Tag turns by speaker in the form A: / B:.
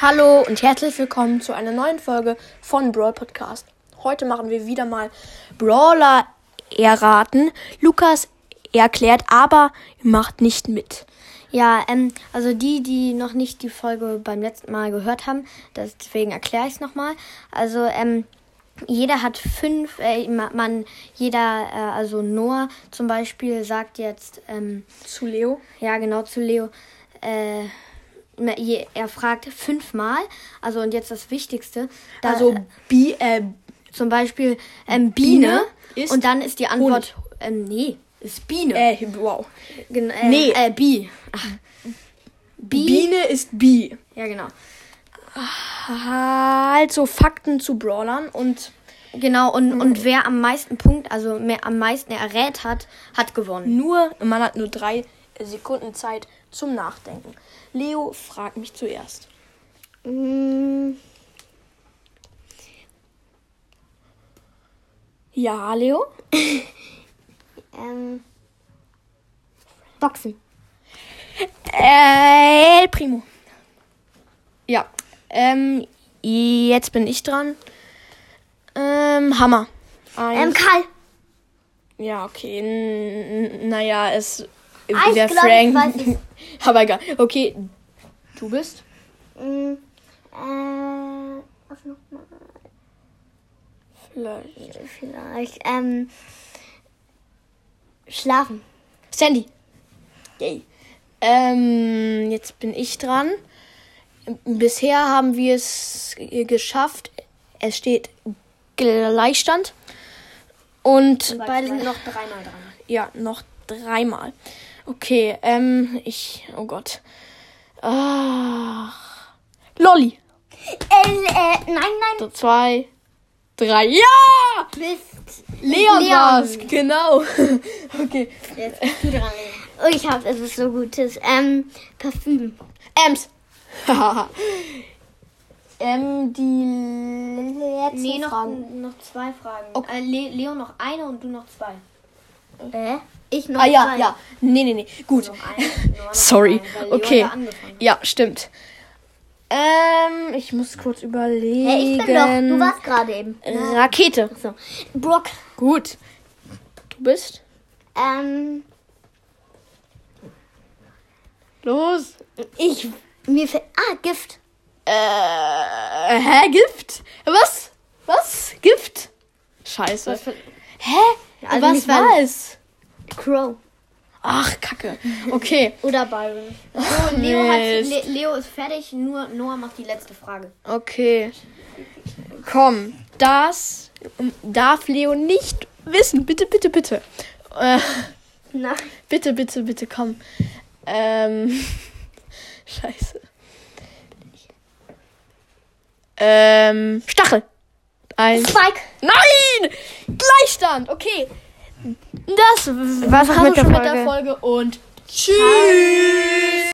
A: Hallo und herzlich willkommen zu einer neuen Folge von Brawl Podcast. Heute machen wir wieder mal Brawler erraten. Lukas erklärt, aber macht nicht mit.
B: Ja, ähm, also die, die noch nicht die Folge beim letzten Mal gehört haben, deswegen erkläre ich es nochmal. Also, ähm, jeder hat fünf, äh, ma- man, jeder, äh, also Noah zum Beispiel sagt jetzt, ähm,
A: Zu Leo.
B: ja genau zu Leo, äh, na, je- er fragt fünfmal, also und jetzt das Wichtigste, da,
A: also Bi äh,
B: zum Beispiel ähm, Biene,
A: Biene ist
B: und dann ist die Antwort, ähm, nee, ist Biene.
A: äh, wow.
B: Gen äh,
A: Nee.
B: Äh, Bi. Ach. Bi.
A: Biene ist Bi.
B: Ja, genau.
A: Also Fakten zu Brawlern und
B: Genau,
C: Hm.
B: und, und wer am meisten Punkt, also mehr, am meisten errät hat, hat gewonnen.
A: nur, man hat nur drei Sekunden Zeit zum Nachdenken. Leo fragt mich zuerst.
C: Hm,
A: Ja, Leo?
C: Ähm, Boxen.
A: Äh, El Primo. Ja. Ähm, jetzt bin ich dran. Ähm, Hammer.
C: Ähm,
A: Eins.
C: Karl.
A: ja, okay. N- n- Naja, es
C: ich
A: der
C: glaub, ich
A: Frank.
C: weiß es.
A: Aber egal. Okay, du bist?
C: Mm, äh, was noch mal?
A: Vielleicht.
C: Vielleicht. Ähm, schlafen.
A: Sandy. Yay. Ähm, jetzt bin ich dran. Bisher haben wir es geschafft. Es steht Gleichstand. Und
B: Beide sind noch dreimal dran.
A: Ja, noch dreimal. Okay, ähm, ich. Oh Gott. Ach. Lolli.
C: Äh, äh, nein, nein.
A: So, zwei, drei. Ja!
C: Mist.
A: Leon,
C: Leon.
A: war's. Genau. okay.
C: Jetzt bist du dran. Oh, ich hab, es ist so gutes. Ähm, Parfüm.
A: Ems. ähm, die letzten
B: Nee, noch,
A: Fragen.
B: noch zwei Fragen. Äh, Le Leo noch eine und du noch zwei.
C: Äh? Ich noch
A: Ah ja,
C: zwei.
A: ja. Nee, nee, nee. Gut.
B: Noch eine, Noah noch
A: Sorry.
B: zwei, Also, weil Leo
A: Okay.
B: ja angefangen hat.
A: Ja, stimmt. Ähm, ich muss kurz überlegen.
C: Äh, ich bin doch. Du warst gerade eben.
A: äh, Rakete.
C: So. Brock.
A: Gut. Du bist?
C: Ähm,
A: Los.
C: ich. Mir fällt. Ah, Gift.
A: Äh, hä, Gift? Was? Was? Gift? Scheiße. Hä?
C: Also
A: Was
C: nicht
A: war es?
C: Crow.
A: Ach, Kacke. Okay.
C: Oder Byron.
B: So, Leo, hat,
A: Mist.
B: Le Leo ist fertig, nur Noah macht die letzte Frage.
A: Okay. Komm, das darf Leo nicht wissen. Bitte, bitte, bitte. Äh,
C: Nein.
A: bitte, bitte, bitte, komm. Ähm. Scheiße. Ähm. Stachel. Eins.
C: Spike.
A: Nein! Gleichstand! Okay. Das war's
C: auch
A: auch
C: mit der
A: schon mit
C: Folge.
A: der Folge und tschüss!